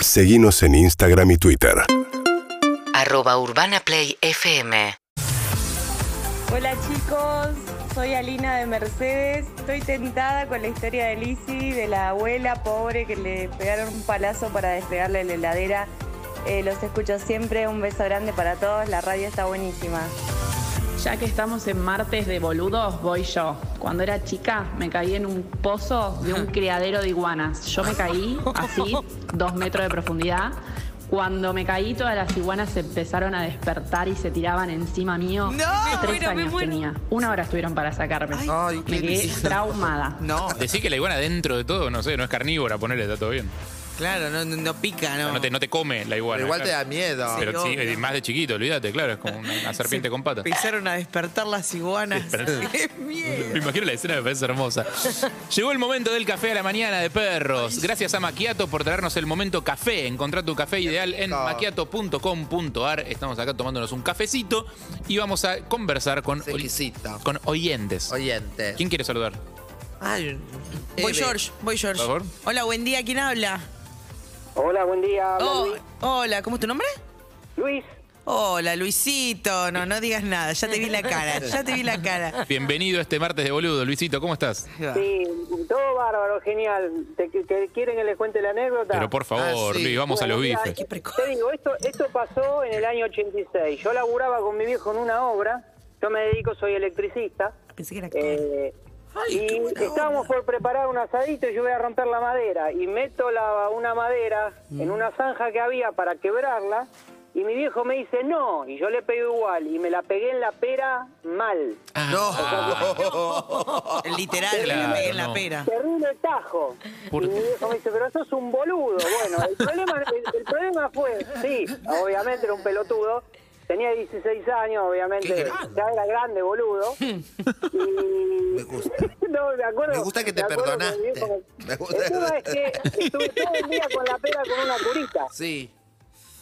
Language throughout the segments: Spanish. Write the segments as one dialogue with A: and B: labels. A: Seguimos en Instagram y Twitter.
B: arroba urbanaplayfm.
C: Hola chicos, soy Alina de Mercedes. Estoy tentada con la historia de Lizzie, de la abuela pobre que le pegaron un palazo para despegarle la heladera. Eh, los escucho siempre, un beso grande para todos, la radio está buenísima.
D: Ya que estamos en martes de boludos, voy yo. Cuando era chica me caí en un pozo de un criadero de iguanas. Yo me caí así, dos metros de profundidad. Cuando me caí, todas las iguanas se empezaron a despertar y se tiraban encima mío.
E: No,
D: Tres
E: bueno, me
D: años
E: muero.
D: tenía. Una hora estuvieron para sacarme.
F: Ay,
D: me
F: qué
D: quedé
F: lindo.
D: traumada.
F: No,
G: Decí que la iguana dentro de todo, no sé, no es carnívora, ponele, está todo bien.
F: claro, no, no- no pica,
G: O sea,
F: no.
G: No, te, no te come la iguana.
H: Pero igual te da
G: claro.
H: miedo.
G: Pero
F: Sí,
G: sí,
F: obvio.
G: más de chiquito, olvídate, claro, es como una, una serpiente con patas.
F: Empezaron a despertar las iguanas. ¡Qué miedo!
G: Me imagino la escena, me parece hermosa. Llegó el momento del café a la mañana de perros. Gracias a Maquiato por traernos el momento café. Encontrá tu café ideal en
H: rico.
G: maquiato.com.ar. Estamos acá tomándonos un cafecito y vamos a conversar con,
H: Es
G: oy-
H: exquisito.
G: con oyentes.
H: Oyente.
G: ¿Quién quiere saludar?
H: Ay,
F: Voy
H: Eve.
F: George, voy George.
G: Por favor.
F: Hola, buen día, ¿quién habla?
I: Hola, buen día. habla
F: Oh,
I: Luis.
F: hola, ¿cómo es tu nombre?
I: Luis.
F: Hola, Luisito. No, no digas nada, ya te vi la cara, ya te vi la cara.
G: Bienvenido a este martes de boludo, Luisito, ¿cómo estás?
I: Sí, todo bárbaro, genial. ¿Te, te- quieren que les cuente la anécdota?
G: Pero por favor,
H: Ah, sí.
G: Luis, vamos a
I: Bueno,
G: los
I: mira,
G: bifes.
F: precoz.
I: Te digo, esto, esto pasó en el año 86. Yo laburaba con mi viejo en una obra. Yo me dedico, soy electricista.
F: Pensé que era
I: Eh,
F: Ay, qué buena
I: y estábamos
F: onda.
I: por preparar un asadito y yo voy a romper la madera. Y meto la, una madera
F: Mm.
I: en una zanja que había para quebrarla. Y mi viejo me dice no. Y yo le pegué igual. Y me la pegué en la pera mal.
F: Ah,
H: No.
F: Literal, que
G: Claro,
F: me pegué en la
G: no.
F: pera.
I: Terrible tajo.
G: Por-
I: Y mi viejo me dice, pero sos un boludo. Bueno, el problema, el, el problema fue, sí, obviamente era un pelotudo. Tenía 16 años,
H: Qué
I: obviamente.
H: grande.
I: Ya era grande, boludo. Y...
H: Me gusta.
I: No, me acuerdo.
H: Me gusta que te
I: me acuerdo mi
H: perdonaste.
I: viejo
H: Me gusta.
I: El tema es que estuve todo el día con la pera con una curita.
H: Sí.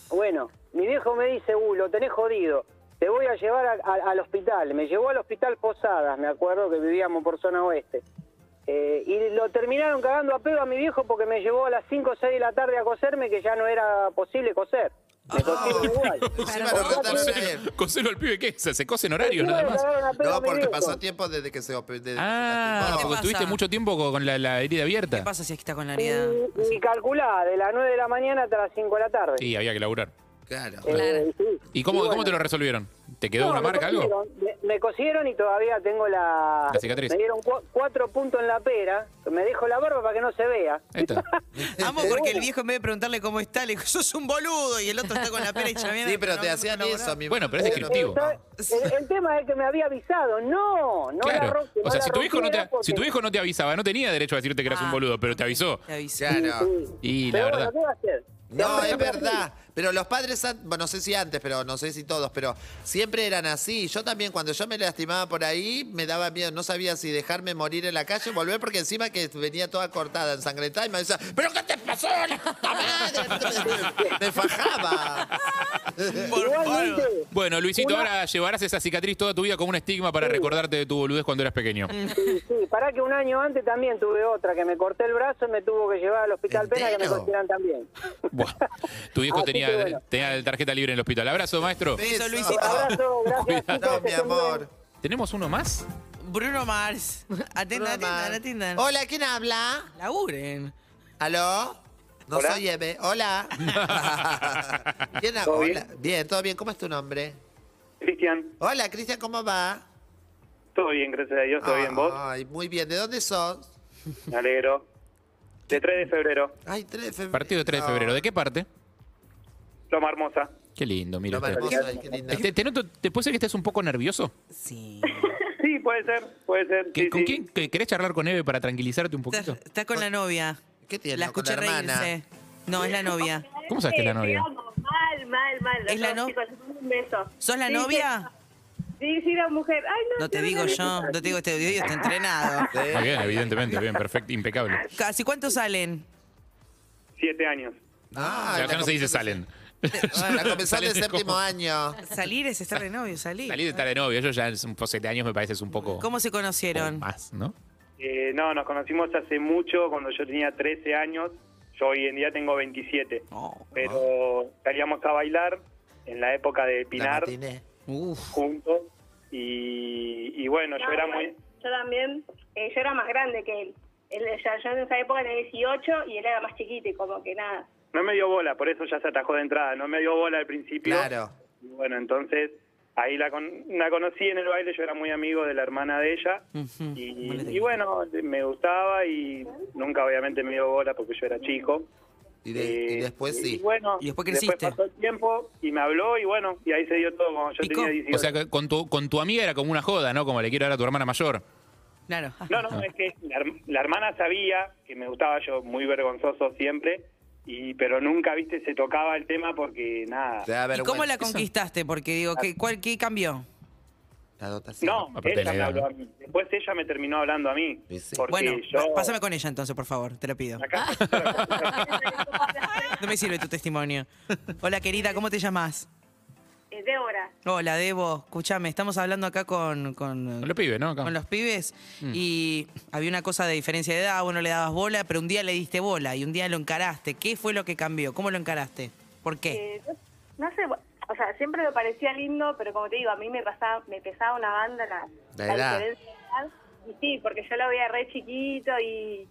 I: Bueno, mi viejo me dice, uh, lo tenés jodido, te voy a llevar a- a- al hospital. Me llevó al hospital Posadas, me acuerdo que vivíamos por zona oeste. Eh, y lo terminaron cagando a pedo a mi viejo porque me llevó a las 5 o 6 de la tarde a coserme, que ya no era posible coser. Me cosieron igual.
G: Oh,
H: Encima lo trataron bien.
G: Coselo- Coselo al pibe, ¿qué? ¿Se, se cose en horario
I: Encima
G: nada
I: lo
G: más?
I: cagaron a pedo a
H: No,
I: mi
H: porque
I: viejo.
H: pasó tiempo desde que se op- desde que se
G: Ah,
H: lastimó.
G: porque
F: pasa?
G: estuviste mucho tiempo co- con la, la herida abierta.
F: ¿Qué pasa si aquí está con la herida?
I: Y, y calculá, de las 9 de la mañana hasta las 5 de la tarde.
G: Sí, había que laburar.
H: Claro.
I: Eh, sí.
G: ¿Y cómo,
I: bueno.
G: cómo te lo resolvieron? ¿Te quedó
I: No,
G: una
I: me
G: marca algo?
I: cosieron, Me, me cosieron y todavía tengo la...
G: La cicatriz.
I: Me dieron cua- cuatro puntos en la pera. Me dejo la barba para que no se vea.
G: Ahí está.
F: Amo porque el viejo en vez de preguntarle cómo está, le dijo, sos un boludo. Y el otro está con la pera y chameando.
H: Sí, pero te hacían eso, mi
G: Bueno,
I: Eh,
G: pero es
H: madre no-
G: descriptivo.
I: ¿sabe? El, el tema es que me había avisado. No, no la
G: Claro.
I: rompí, Ah,
G: O sea,
I: la
G: si tu, viejo no te,
I: rompiera porque-
G: si tu viejo no te avisaba, no tenía derecho a decirte que eras un boludo, pero te avisó.
F: Te aviso.
H: Claro.
G: Y la
I: Pero
G: verdad.
I: bueno, ¿qué va a hacer? Siempre
H: No, es
I: me avisan.
H: verdad. Pero los padres, an- bueno, no sé si antes, pero no sé si todos, pero siempre eran así. Yo también, cuando yo me lastimaba por ahí, me daba miedo. No sabía si dejarme morir en la calle o volver, porque encima que venía toda cortada, ensangrentada, y me decía, ¿pero qué te pasó? la puta madre?" Me fajaba.
I: Igualmente,
G: Bueno, Luisito,
I: Una-
G: ahora llevarás esa cicatriz toda tu vida como un estigma para recordarte de tu boludez cuando eras pequeño.
I: sí, sí, pará que un año antes también tuve otra, que me corté el brazo y me tuvo que llevar al hospital pena que me
H: ¿Entero?
I: cosieran también.
G: Buah. Tu viejo
I: Así
G: tenía,
I: que bueno.
G: tenía tarjeta libre en el hospital. Abrazo, maestro.
H: Beso.
F: Luisito.
I: Abrazo, gracias.
G: Cuidado,
I: chicos,
H: No,
I: que
H: mi
I: estén bien.
H: amor.
G: ¿Tenemos uno más?
F: Bruno Mars. Atendan,
H: Broma.
F: atendan, atendan.
H: Hola, ¿quién habla?
F: Laburen.
H: ¿Aló? No
I: Hola.
H: soy Eve. Hola. ¿Quién ha-
I: ¿Todo bien?
H: hola? Bien, todo bien. ¿Cómo es tu nombre?
J: Cristian,
H: Hola, Cristian, ¿cómo va?
J: todo bien, gracias a Dios, todo bien, vos.
H: Ay, muy bien. ¿De dónde sos?
J: Me alegro. De 3 de febrero,
H: Ay, 3 de febrero.
G: Partido de 3 de febrero. ¿De qué parte?
J: Loma Hermosa.
G: Qué lindo, mira.
H: Lo más
G: usted. Este,
H: hermoso, ay, qué lindo.
G: Te, te noto, ¿Te puede ser que estés un poco nervioso?
F: Sí.
J: Sí, puede ser, puede ser.
G: ¿Qué-
J: sí,
G: ¿Con
J: sí.
G: quién que- querés charlar con Eve para tranquilizarte un
F: Está,
G: poquito?
F: está con la novia.
H: ¿Qué tiene?
F: La
H: ¿Con
F: escuché
H: la hermana?
F: reírse. No, es la novia.
G: ¿Cómo sabes que
E: Eh,
G: es la novia?
C: Mal, mal, mal.
F: ¿Es la no-
C: Chicos, un beso.
F: ¿Sos la
C: Sí,
F: novia?
C: Sí, sí, la mujer. Ay, no,
F: No te digo yo, no te digo este video, está entrenado.
H: Sí.
G: Muy Ah, bien, evidentemente, bien, perfecto, impecable.
F: ¿Casi cuánto salen?
J: Siete años.
H: Ah,
G: Acá
H: la
G: no se dice
H: comenzó-
G: salen.
H: Ah, La comenzó
G: Salen
H: del
G: es
H: séptimo
G: como-
H: año.
F: Salir es estar de novio, salir.
G: Salí de estar de novio, yo ya son por siete años me parece es un poco
F: ¿Cómo se
G: o
F: conocieron?
G: más, ¿no?
J: Eh, no, nos conocimos hace mucho, cuando yo tenía 13 años. Yo hoy en día tengo 27.
F: No.
J: Pero salíamos a bailar en la época de
H: La
J: Pinar
H: matiné.
F: Uf.
J: juntos. Y, y bueno, yo era muy.
E: Yo también, eh, yo era más grande que él. Él, o sea, yo en esa época tenía 18 y él era más chiquito y como que nada.
J: No me dio bola, por eso ya se atajó de entrada. No me dio bola al principio.
H: Claro.
J: Y bueno, entonces ahí la, con- la conocí en el baile, yo era muy amigo de la hermana de ella.
F: Ujú. Buena
J: y,
F: idea.
J: y bueno, me gustaba y nunca obviamente me dio bola porque yo era chico.
H: Y, de- y
J: Eh,
H: después sí.
J: Y bueno,
F: Y después creciste.
J: pasó el tiempo y me habló y bueno, y ahí se dio todo. cuando Yo
F: Picó.
J: tenía 18.
G: O sea, que con tu, con tu amiga era como una joda, ¿no? Como le quiero dar a tu hermana mayor.
F: Claro.
J: No, no, es que la, her- la hermana sabía que me gustaba yo, muy vergonzoso siempre, y pero nunca, viste, se tocaba el tema porque nada.
H: Te da
F: ¿Y
H: vergüenza.
F: cómo la conquistaste? Porque digo, ¿qué, cuál, qué cambió?
H: La dotación.
J: No,
G: Aparte de la
J: ella me
G: edad,
J: habló
G: ¿no?
J: a mí. Después ella me terminó hablando a mí.
H: Y sí.
J: Porque
F: Bueno,
J: yo.
F: pásame con ella entonces, por favor, te lo pido.
J: acá-
F: No me sirve tu testimonio. Hola, querida, ¿cómo te llamas?
E: Eh, Débora,
F: Hola, Debo. Escúchame, estamos hablando acá con, con,
G: Con los pibes, ¿no? Acá. Mm.
F: con los pibes y había una cosa de diferencia de edad, vos no le dabas bola, pero un día le diste bola y un día lo encaraste. ¿Qué fue lo que cambió? ¿Cómo lo encaraste? ¿Por qué?
E: eh, no sé, o sea, siempre me parecía lindo, pero como te digo, a mí me pasaba, me pesaba una banda la,
H: La edad.
E: diferencia de edad. Y sí, porque yo lo veía re chiquito y,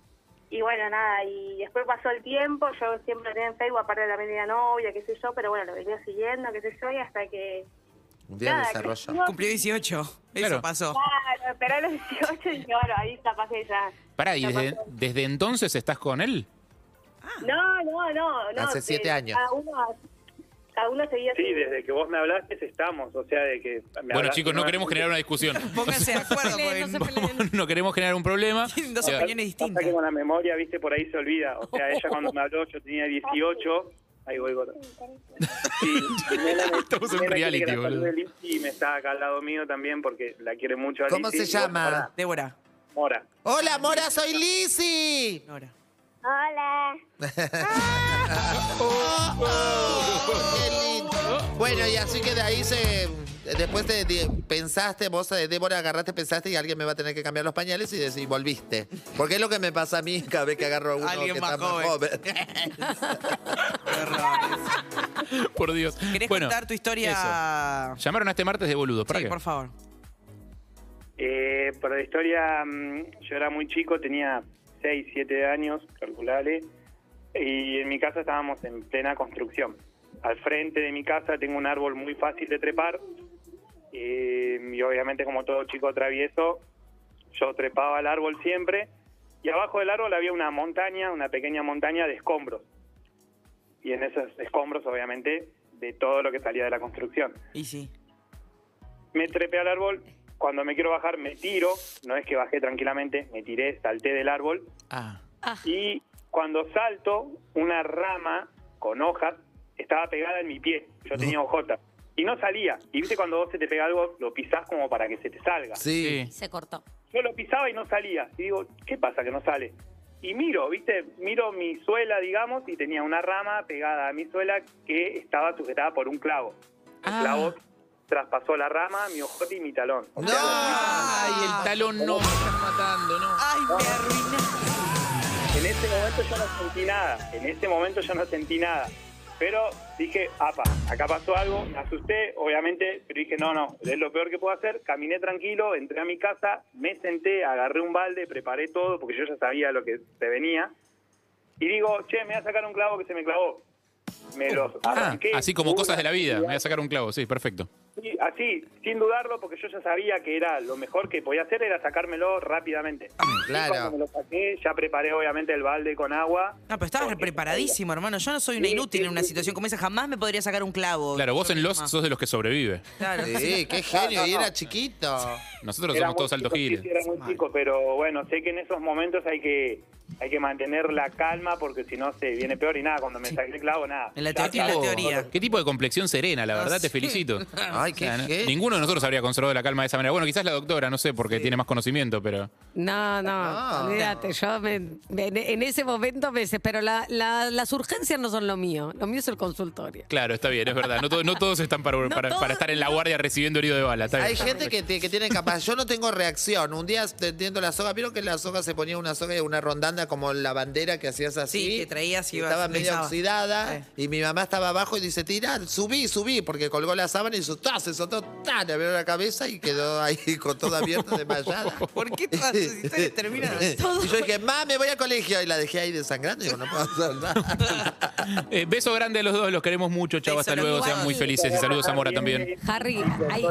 E: y bueno, nada, y después pasó el tiempo, yo siempre lo tenía en Facebook, aparte también tenía novia, qué sé yo, pero bueno, lo venía siguiendo, qué sé yo, y hasta que...
H: Un día
E: nada,
H: desarrolla.
E: creció,
F: Cumplió 18. Eso
G: Claro.
F: pasó.
E: Claro, esperé a los 18 y dije, bueno, ahí capaz que ya...
G: Pará, ¿y
E: capaz
G: desde, desde entonces estás con él?
E: No, no, no, no.
H: Hace
E: eh,
H: siete años.
E: Cada uno, cada uno seguía
J: Sí,
E: su-
J: desde que vos me hablaste estamos, o sea, de que... me
G: bueno,
J: hablaste
G: chicos, no
J: nuevamente.
G: queremos generar una discusión.
F: Pónganse de acuerdo,
C: peleen, no se
F: porque
C: peleen.
G: no queremos generar un problema.
F: tienen dos
G: Ya.
F: opiniones
J: Pasa
F: distintas.
J: que con la memoria, viste, por ahí se olvida. O sea, ella cuando me habló yo tenía 18. Ahí voy, gordo. Sí, Jimena me-
G: Estamos en
J: Jimena quiere
G: reality,
J: que la salude
G: boludo.
J: Lizzy Y me está acá al lado mío también porque la quiere mucho a
H: ¿Cómo
J: Lizzy.
H: se
J: Y bueno,
H: llama?
F: Débora,
J: Mora.
H: Hola, Mora, soy Lizzy.
F: Nora.
E: Hola.
H: Qué lindo. Bueno, y así que de ahí se. Después te, te- pensaste, vos de Débora agarraste, pensaste y alguien me va a tener que cambiar los pañales y, dec- y volviste. Porque es lo que me pasa a mí cada vez que agarro a uno
F: Alguien
H: que
F: más
H: está más
F: joven.
H: joven.
G: Por Dios.
F: ¿Querés
G: bueno,
F: contar tu historia?
G: eso. Llamaron a este martes de boludos. ¿Para
F: Sí,
G: qué?
F: por favor.
J: Eh, para la historia, mm, yo era muy chico, tenía 6, 7 años, calculale, y en mi casa estábamos en plena construcción. Al frente de mi casa tengo un árbol muy fácil de trepar, eh, y obviamente como todo chico travieso, yo trepaba al árbol siempre, y abajo del árbol había una montaña, una pequeña montaña de escombros. Y en esos escombros, obviamente, de todo lo que salía de la construcción
F: Y sí.
J: me trepé al árbol. Cuando me quiero bajar, me tiro. No es que bajé tranquilamente, me tiré, salté del árbol.
G: Ah.
J: Y cuando salto, una rama con hojas estaba pegada en mi pie. Yo tenía hojota. Y no salía. Y viste cuando vos se te pega algo, lo pisás como para que se te salga.
H: Sí.
G: Sí.
E: Se cortó.
J: Yo lo pisaba y no salía. Y digo, ¿qué pasa que no sale? Y miro, viste, miro mi suela, digamos, y tenía una rama pegada a mi suela que estaba sujetada por un clavo. El
G: Ah.
J: clavo traspasó la rama, mi ojota y mi talón. O
H: ¡No!
J: sea,
G: Ay, el talón no. Me estás matando, Ah. no.
F: Ay, me arruinaste.
J: En ese momento yo este no sentí nada, en ese momento yo no sentí nada. Pero dije, apa, acá pasó algo, me asusté, obviamente, pero dije, no, no, es lo peor que puedo hacer. Caminé tranquilo, entré a mi casa, me senté, agarré un balde, preparé todo, porque yo ya sabía lo que se venía. Y digo, che, me voy a sacar un clavo que se me clavó. Me lo
G: Ah,
J: arranqué.
G: así como
J: Una,
G: cosas de la vida. Me voy a sacar un clavo, sí, perfecto.
J: y Así, sin dudarlo, porque yo ya sabía que era lo mejor que podía hacer, era sacármelo rápidamente. Y cuando me
H: Mm, Claro.
J: lo saqué, ya preparé obviamente el balde con agua.
F: No, pero estabas
J: Porque-
F: preparadísimo, hermano. Yo no soy una
J: Sí,
F: inútil
J: sí,
F: en una
J: sí.
F: situación como esa. Jamás me podría sacar un clavo.
G: Claro, vos
F: Yo
G: en los
F: misma.
G: sos de los que sobrevive.
F: Claro.
H: Sí, qué genio. Y era chiquito.
G: Nosotros
J: Era
G: somos
J: muy
G: todos altos
J: chico, sí,
G: giles.
J: sí, era muy chico, pero bueno, sé que en esos momentos hay que hay que mantener la calma porque si no se viene peor y nada, cuando me saqué el clavo, nada.
F: En la
J: Ya
F: teoría, en la
J: está.
F: teoría.
G: ¿Qué tipo de complexión serena? La verdad, te felicito.
H: Ay,
G: O
H: qué
G: sea, no-
H: genio.
G: ninguno de nosotros habría conservado la calma de esa manera. Bueno, quizás la doctora, no sé, porque tiene más conocimiento, pero.
K: No, no,
H: No.
K: olvídate. Yo me- me- en ese momento me desespero. La- la- las urgencias no son lo mío. Lo mío es el consultorio.
G: Claro, está bien, es verdad. No, to- no todos están para, para-
K: todos-
G: para estar en la guardia recibiendo herido de bala. está bien.
H: Hay gente que, te- que tiene capaz. Yo no tengo reacción. Un día te entiendo la soga. Vieron que la soga se ponía una soga y una rondanda una como la bandera que hacías así.
F: Sí, que traías y
H: que
F: ibas-
H: Estaba
F: lo
H: medio
F: izabas.
H: oxidada. Y mi mamá estaba abajo y dice, tira, subí, subí, porque colgó la sábana y hizo, ¡tas! se soltó, ¡tas! le abrió la cabeza y quedó ahí con todo abierto, desmayada. ¿Por qué todas sus historias terminan? Y yo dije, mamá, me voy al colegio. Y la dejé ahí desangrando y digo, no puedo hacer nada.
G: Eh, beso grande a los dos, los queremos mucho, chao, hasta luego, sean muy felices y saludos a Mora también.
K: Harry, hay,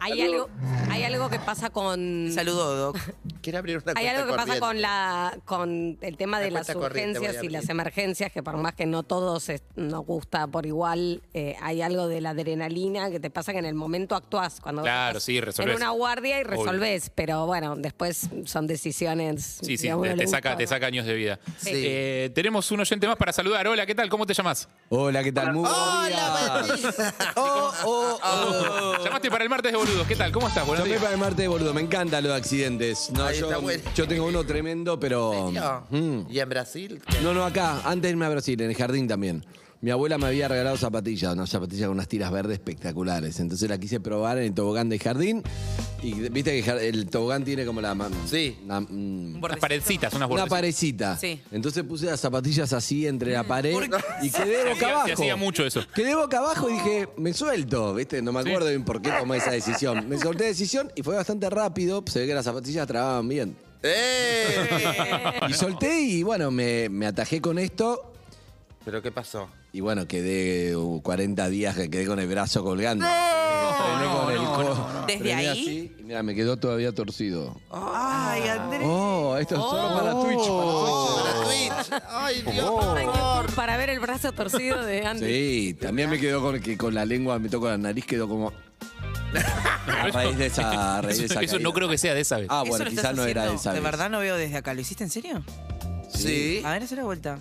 K: hay algo, hay algo que pasa con.
F: Saludo, Doc.
H: Quiere abrir una
K: Hay algo que pasa con la con el tema de
F: Una
K: las
F: cuenta corriente voy a
K: urgencias y
F: abrir.
K: las emergencias, que por más que no todos es- nos gusta por igual, eh, hay algo de la adrenalina que te pasa que en el momento actuás. Cuando
G: Claro,
K: estás
G: sí, resolvés.
K: En una guardia y
G: Obvio.
K: resolvés, pero bueno, después son decisiones.
G: Sí, sí,
K: que a uno
G: te,
K: le
G: te saca,
K: gusta.
G: te saca años de vida.
K: Sí.
G: Eh, tenemos un oyente más para saludar. Hola, ¿qué tal? ¿Cómo te llamas?
L: Hola, ¿qué tal? Muy buenos días. Oh, oh, oh.
G: Llamaste para el martes de boludos. ¿Qué tal? ¿Cómo estás? Buenos
L: Llamé
G: días.
L: para el martes, boludo. Me encantan los accidentes. No,
G: Ahí
L: yo,
G: está, bueno.
L: yo tengo uno tremendo, pero.
H: serio? ¿Y en Brasil?
L: No, no, acá. Antes de irme a Brasil, en el jardín también. Mi abuela me había regalado zapatillas, unas zapatillas con unas tiras verdes espectaculares. Entonces la quise probar en el tobogán del jardín. Y viste que el jar- el tobogán tiene como la. Sí.
G: Unas paredcitas, unas
L: Una
G: bordecitas.
L: parecita.
G: Sí.
L: Entonces puse las zapatillas así entre la pared y
G: Se
L: quedé boca
G: hacía- se
L: abajo.
G: hacía mucho eso.
L: Quedé boca abajo y dije, me suelto, ¿viste? No me acuerdo bien por qué tomé esa decisión. Me solté la decisión y fue bastante rápido. Se ve que las zapatillas trababan bien. y solté y bueno, me, me atajé con esto.
H: ¿Pero qué pasó?
L: Y bueno, quedé uh, 40 días que quedé con el brazo colgando. Frené con el co-
F: ¿Desde
L: frené
F: ahí?
L: así, y mira, me quedó todavía torcido.
F: Ay, Andrés.
L: Oh, esto es solo para Twitch. para Twitch.
H: Ay,
G: Oh.
L: Dios, por
K: Ay, por- Para ver el brazo torcido de Andy.
L: Sí, también me quedó con que con la lengua, me tocó la nariz, quedó como. A raíz de esa. a raíz de
G: Eso-
L: esa
G: eso no
L: caída.
G: creo que sea de esa vez.
L: Ah,
F: ¿Eso
L: bueno,
F: lo
L: quizás
F: estás
L: no era de
F: haciendo?
L: esa
F: De
L: vez.
F: verdad no veo desde acá. ¿Lo hiciste en serio?
H: Sí.
F: A ver, hacer la vuelta.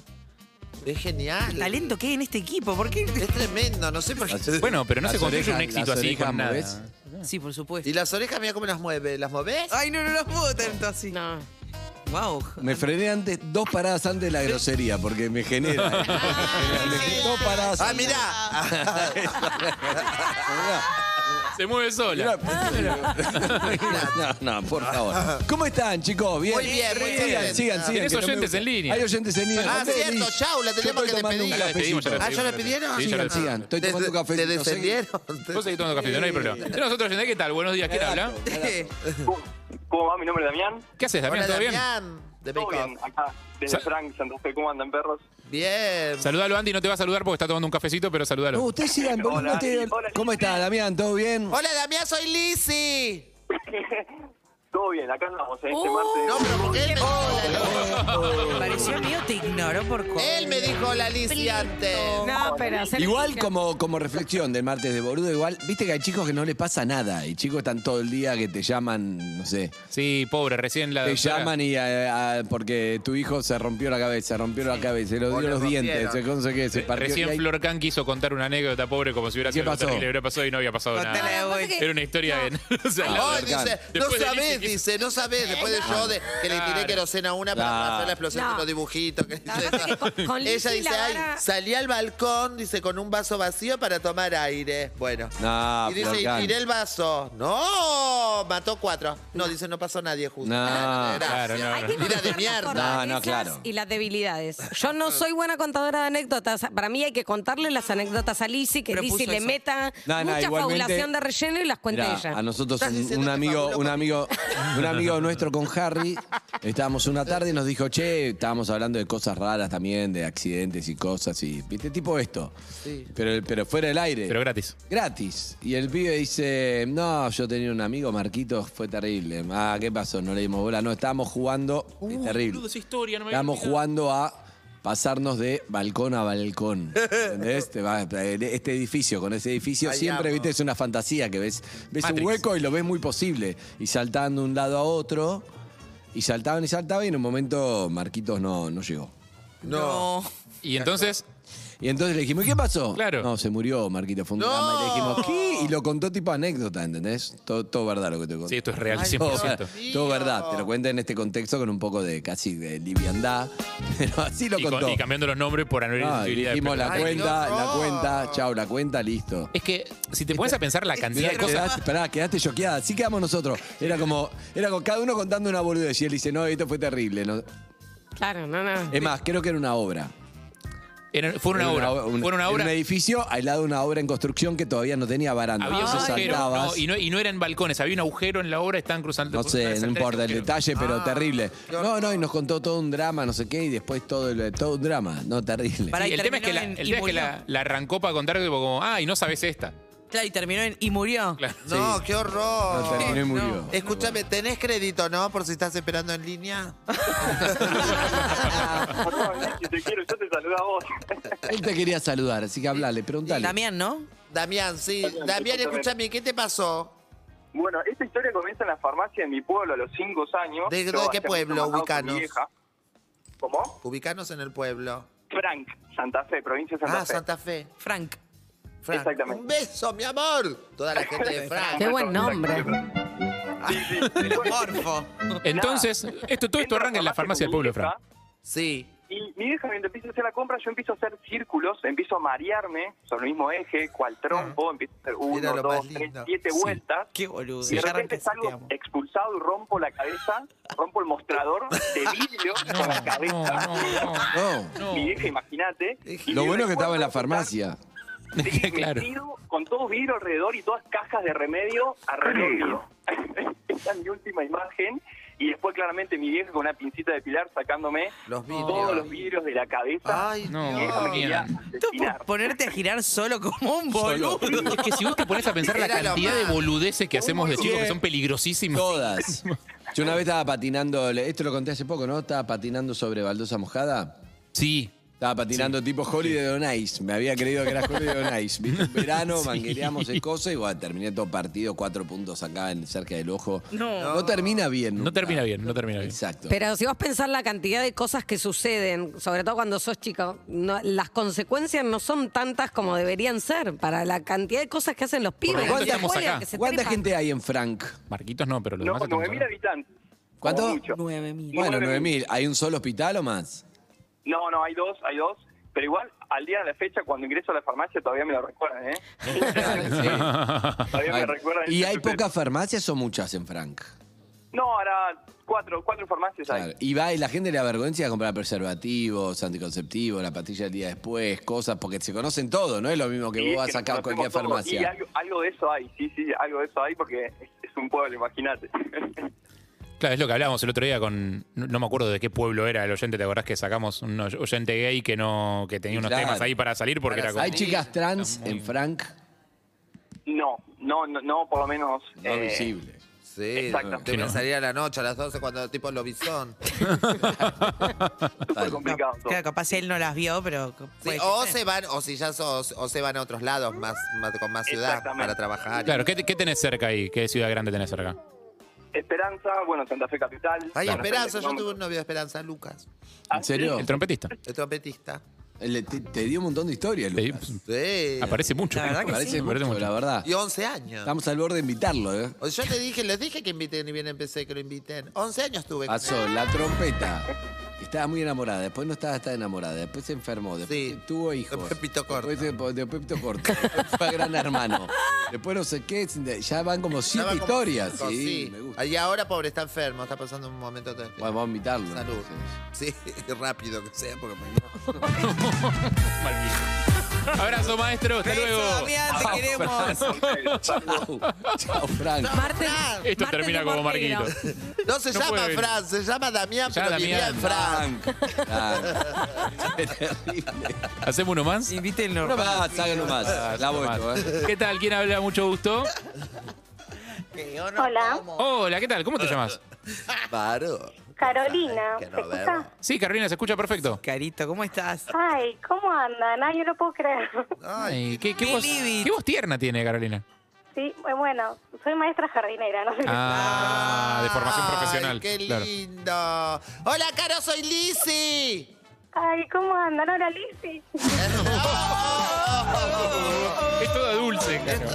H: Es genial.
F: talento que hay en este equipo? ¿Por qué?
H: Es tremendo, no sé por qué.
G: Bueno, pero no se
L: Las
G: construye un
L: orejas-
G: éxito
L: las
G: así
L: orejas
G: con nada.
L: movés.
F: Sí, por supuesto.
H: ¿Y las orejas, mira cómo las mueve? ¿Las movés?
F: Ay, no, no las puedo tanto así.
K: No.
F: Wow.
L: Me frené antes, dos paradas antes de la grosería, porque me genera. dos paradas
H: Ah,
L: antes.
H: mirá.
G: Se mueve sola.
L: pues, No, no, por favor. ¿Cómo están, chicos? ¿Bien?
H: Muy bien, muy bien.
L: Sigan, sigan, sigan.
G: Tenés
L: que no me
G: oyentes en
L: gusta.
G: línea.
L: Hay oyentes en línea.
H: Ah, cierto, chau, la
L: Yo
H: tenemos
L: estoy
H: que
L: tomando
H: despedir.
L: un
G: Ya la despedimos, ya la
L: cafecito.
H: Ah, ¿ya la pidieron?
G: Sí, ya la
L: Sigan, sigan. Estoy tomando un
H: ¿Te
L: cafecito.
H: defendieron?
G: Vos seguís tomando café, no hay problema. Tenemos otro oyente, ¿qué tal? Buenos días, ¿quién habla?
M: ¿Cómo va? Mi nombre es Damián.
G: ¿Qué haces, Damián?
H: Hola,
G: ¿Todo bien?
H: Damián. De
M: Todo
H: Bacon.
M: bien, acá, desde Frank, Santa Fe. ¿Cómo andan, perros?
H: Bien.
G: Saludalo, Andy, no te va a saludar porque está tomando un cafecito, pero saludalo.
L: No, ustedes sigan. vos
G: Hola,
L: no te-
G: sí, hola,
L: ¿Cómo está, Damián? ¿Todo bien?
H: Hola, Damián, soy Lizzy.
M: Todo bien, acá andamos, ¿eh? Este
F: Oh.
H: Uh,
M: martes.
H: no, pero ¿por qué él me-
F: Pareció mío, te ignoró por co-
H: Él me dijo la Lizzy antes.
K: No, Ah, pero hacer-
L: Igual como, como reflexión del martes de Borudo, igual, viste que hay chicos que no les pasa nada y chicos están todo el día que te llaman, no sé,
G: Sí, pobre, recién la.
L: te
G: doctora-
L: llaman y eh, a- a- porque tu hijo se rompió la cabeza, rompió la cabeza, se lo
G: O
L: dio
G: le
L: los dientes, se,
G: rompieron.
L: no sé qué, se partió.
G: Recién
L: y hay-
G: Flor Can quiso contar una anécdota pobre como si hubiera
L: ¿Qué
G: sido algo
L: pasó?
G: terrible, hubiera pasado y no había pasado
H: Contala de
G: nada.
H: vuelta.
G: Era una historia bien. o sea, la-
H: Oh, dice, no
G: Después de
H: sabés,
G: Lizzy, Eh,
H: dice, no sabés. Después de yo de, que le tiré
G: Claro.
H: querosena a una para
G: Claro.
H: hacer la explosión
K: No.
H: con los dibujitos. que dice esa.
K: con Lizzy
H: Ella dice,
K: la
H: ay,
K: vara-
H: salí al balcón, dice, con un vaso vacío para tomar aire. Bueno.
L: No,
H: y dice,
L: Flor
H: y
L: Can.
H: tiré el vaso. No, mató cuatro. No, dice, no pasó nadie justo.
L: No,
H: Ah,
L: claro, no,
K: Hay que
H: Mira de
K: conocer las
L: No,
H: mierda.
L: no,
K: fortalezas
L: claro.
K: Y las debilidades. Yo no soy buena contadora de anécdotas. Para mí hay que contarle las anécdotas a Lizzy, que
L: Propuso
K: Lizzy le
L: eso.
K: meta
L: No, no,
K: mucha
L: igualmente-
K: fabulación de relleno y las cuenta
L: Mirá,
K: ella.
L: a nosotros un, un amigo, un amigo, un amigo nuestro con Harry, estábamos una tarde y nos dijo, che, estábamos hablando de cosas raras también, de accidentes y cosas, y viste, tipo esto. Pero, pero fuera del aire.
G: Pero gratis.
L: Gratis. Y el pibe dice, no, yo tenía un amigo, Marquitos, fue terrible. Ah, ¿qué pasó? No le dimos bola. No, estábamos jugando,
K: Uh,
L: es terrible.
G: boludo, esa historia, no me había
L: estábamos
G: olvidado.
L: jugando a pasarnos de balcón a balcón. ¿Entendés? Te va- Este edificio, con ese edificio
H: Ay,
L: siempre,
H: amo.
L: viste, es una fantasía que ves, ves un
G: Matrix.
L: hueco y lo ves muy posible. Y saltando de un lado a otro, y saltaban y saltaban, y en un momento Marquitos no, no llegó.
H: No.
G: Y entonces,
L: Y entonces le dijimos, ¿y qué pasó?
G: Claro.
L: No, se murió Marquito, fue un drama. Y le dijimos, ¿qué? Y lo contó tipo anécdota, ¿entendés? Todo, todo verdad lo que te conté.
G: Sí, esto es real,
L: Ay,
G: 100%.
L: Todo, todo verdad, te lo cuenta en este contexto con un poco de casi de liviandad. Pero así lo
G: y, con-
L: contó.
G: y cambiando los nombres por
L: Ah, y
G: anulabilidad.
L: dijimos la cuenta, la cuenta, chao, la cuenta, listo.
G: Es que si te pones a pensar la cantidad de
L: Mirá,
G: cosas.
L: quedaste- Pará, quedaste choqueada. Así quedamos nosotros. Era como, era como cada uno contando una boludez. Y él dice, no, esto fue terrible. No-
K: Claro, no, no.
L: Es más, creo que era una obra.
G: Era- fue una
L: Era
G: obra.
L: o-
G: Fue una
L: era
G: obra.
L: un edificio al lado de una obra en construcción que todavía no tenía baranda.
G: Había un
L: Entonces
G: agujero,
L: saltabas.
G: no, y, no, y no eran balcones, había un agujero en la obra, estaban cruzando.
L: No sé, no importa el detalle, pero
G: Ah.
H: Ah.
L: terrible. No, no, y nos contó todo un drama, no sé qué, y después todo, el- todo un drama. No, terrible.
G: Sí, el tema es que, la,
F: terminó en-
G: el
F: y
G: tema es que la,
F: murió.
G: la arrancó para contar tipo como, ah, y no sabes esta.
F: Claro, y terminó en. Y murió.
H: No, qué horror.
G: No, terminó y murió.
H: Escúchame, ¿tenés crédito, no? Por si estás esperando en línea.
M: Si te quiero, yo te saludo a vos.
L: Él te quería saludar, así que hablale, preguntale.
F: ¿no?
H: Damián, sí.
M: Damián,
H: Eh, Damián,
M: exactamente.
H: escúchame, ¿qué te pasó?
M: Bueno, esta historia comienza en la farmacia de mi pueblo a los 5 años.
H: ¿De-
M: Yo
H: de qué
M: hacía
H: pueblo?
M: mucho mandado con
H: Ubicanos.
M: mi vieja. ¿Cómo?
H: Ubicanos en el pueblo.
M: Frank, Santa Fe, provincia de Santa
H: Ah,
M: Fe.
H: Santa Fe.
F: Frank.
M: Exactamente.
H: Un beso, mi amor. Toda la gente de Frank.
K: Qué buen nombre.
H: Porfo.
G: Entonces, esto, todo esto arranca en la farmacia del pueblo, Fran.
H: Sí.
M: Y mi vieja, mientras empiezo a hacer la compra, yo empiezo a hacer círculos, empiezo a marearme sobre el mismo eje, cual trompo,
L: Ah.
M: empiezo a hacer
H: Era
M: uno,
H: lo
M: dos,
H: más
M: tres,
H: lindo.
M: siete
H: Sí.
M: vueltas.
F: Qué boludo.
M: Y de repente salgo expulsado y rompo la cabeza, rompo el mostrador de vidrio con la cabeza.
L: No.
M: Mi vieja, imagínate. y
L: Lo
M: mi
L: bueno que estaba en la farmacia.
M: Sí, metido con todo vidrio alrededor y todas cajas de remedio alrededor mío. Esa es mi última imagen. Y después, claramente, mi vieja con una pincita de pilar sacándome todos los vidrios de la cabeza.
H: Ay,
G: No,
M: mi vieja me quería asesinar.
F: Ponerte a girar solo como un boludo.
G: Es que si vos te pones a pensar la
F: Era lo
G: cantidad de
F: más.
G: boludeces que hacemos de chicos que son peligrosísimas.
L: Todas. Yo una vez estaba patinando, esto lo conté hace poco, ¿no? Estaba patinando sobre baldosa mojada.
G: Sí.
L: Estaba patinando tipo Holiday on Ice. Me había creído que era Holiday on Ice. Viste, en Verano,
G: Sí.
L: manguereamos escosas y bueno, terminé todo partido, cuatro puntos acá en- cerca del ojo.
K: No.
L: termina bien.
G: No termina bien, no termina bien.
L: Exacto.
K: Pero si vos pensás la cantidad de cosas que suceden, sobre todo cuando sos chico, no- las consecuencias no son tantas como deberían ser para la cantidad de cosas que hacen los pibes. que se
L: ¿Cuánta,
K: juegan, que se
L: cuánta
K: trepan.
L: gente hay en Frank?
G: Marquitos no, pero los
M: No, 9.000 habitantes.
L: ¿Cuánto?
M: Como mucho.
L: 9.000. Bueno, 9.000. ¿Hay un solo hospital o más?
M: No, no, hay dos, hay dos. Pero igual, al día de la fecha, cuando ingreso a la farmacia, todavía me lo recuerdan, ¿eh? Todavía me
L: Ay,
M: recuerdan.
L: ¿Y
M: ese
L: hay
M: suceso.
L: pocas farmacias o muchas en Frank?
M: No, ahora cuatro, cuatro farmacias hay.
L: Y va y la gente le avergüenza de comprar preservativos, anticonceptivos, la pastilla del día después, cosas, porque se conocen todo, ¿no? Es lo mismo que
M: Y
L: vos vas
M: es que
L: acá a
M: nos
L: cualquier
M: conocemos todos. Y
L: farmacia.
M: algo, algo de eso hay, sí, sí, algo de eso hay porque es, es un pueblo, imagínate.
G: Claro, es lo que hablábamos el otro día con. No, no me acuerdo de qué pueblo era el oyente, ¿te acordás que sacamos un oy- oyente gay que no que tenía unos
L: Claro.
G: temas ahí para salir porque era como.
L: ¿Hay chicas trans en Frank?
M: No, no, no, no, por lo menos.
L: No visible.
H: Eh, Sí,
M: Exacto.
H: deben salir a la noche a las 12 cuando tipo lobizón.
M: Súper complicado. todo.
F: Claro, capaz él no las vio, pero.
H: Sí, o se van, o si ya sos, o se van a otros lados más, más- con más ciudad para trabajar.
G: Claro, ¿qué, qué tenés cerca ahí? ¿Qué ciudad grande tenés cerca?
M: Esperanza, bueno, Santa Fe ¿Ah, Capital.
H: Ay,
G: Claro.
H: Esperanza, yo tuve un novio de Esperanza, Lucas.
L: ¿En serio? Eh,
G: El trompetista.
H: El trompetista.
L: Le- te, te dio un montón de historias, Lucas.
H: Sí.
G: Aparece mucho.
H: La verdad que
L: Parece
H: sí.
L: mucho, la verdad.
H: Y 11 años.
L: Estamos al borde de invitarlo, ¿eh?
H: O Yo te dije, les dije que inviten y bien empecé que lo inviten. 11 años tuve. con
L: Pasó
H: él.
L: la trompeta. Estaba muy enamorada, después no estaba tan enamorada, después se enfermó, después tuvo hijos. Después Pepito Corto. Después, Pepito Corto. después fue a Gran Hermano. Después no sé qué, ya van como
H: Ya
L: siete
H: va como
L: historias.
H: cinco,
L: sí,
H: sí.
L: me gusta.
H: Y ahora, pobre, está enfermo, está pasando un momento de
L: Bueno, vamos a invitarlo.
H: salud. Sí, rápido que sea, porque
G: Abrazo, maestro. Hasta
H: Beso,
G: luego.
H: Damián, te
G: Chau,
H: queremos.
G: Fran.
L: Chau. Chau, Fran.
G: Esto termina como Marquito.
H: No se
G: No
H: llama
G: puede venir.
H: Fran, se llama Damián,
G: Se
H: pero
G: llama
H: vivía en
G: Damián.
H: Frank.
G: ¿Hacemos uno más?
F: Invítenlo.
L: Uno más, hagan uno más. La vuelto, ¿eh?
G: ¿Qué tal? ¿Quién habla? Mucho gusto.
E: Hola,
G: Hola, ¿qué tal? ¿Cómo te llamas?
H: Varo.
E: Carolina.
G: Ay, que no
E: ¿Se escucha?
G: Sí, Carolina, se escucha perfecto.
F: Carito, ¿cómo estás?
E: Ay, ¿cómo andan? Ay, yo no puedo creer.
G: Ay, qué, qué voz,
E: Lili.
G: qué voz tierna tiene Carolina.
E: Sí, eh, bueno, soy maestra jardinera, ¿no?
G: Ah, de formación profesional.
H: Qué
G: claro.
H: lindo. Hola, Caro, soy Lizzy.
E: Ay, ¿cómo andan? Hola, Lizzy.
G: Es toda dulce, Caro.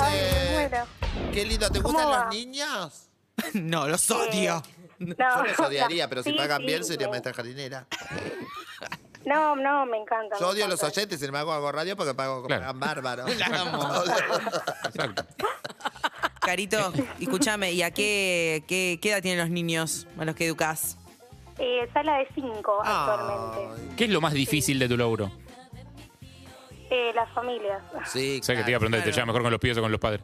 E: Ay, me muero.
H: Qué lindo, ¿te
E: ¿Cómo
H: gustan
E: va?
H: los niños?
F: No, los odio.
E: No,
H: Yo los odiaría, pero si
E: Sí,
H: pagan
E: sí,
H: bien sería
E: me-
H: maestra jardinera.
E: No, no, me encanta.
H: Yo
E: me
H: odio
E: encanta.
H: los oyentes, sin embargo hago radio porque pago pagan bárbaro.
F: Carito, escúchame, ¿y a qué, qué, qué edad tienen los niños a los que educás?
E: Eh, sala de 5
H: Ah.
E: actualmente.
G: ¿Qué es lo más difícil de tu laburo?
E: Eh, las familias.
H: Sí,
G: O sea, que te iba a preguntar, ¿te llevas mejor con los pibes o con los padres?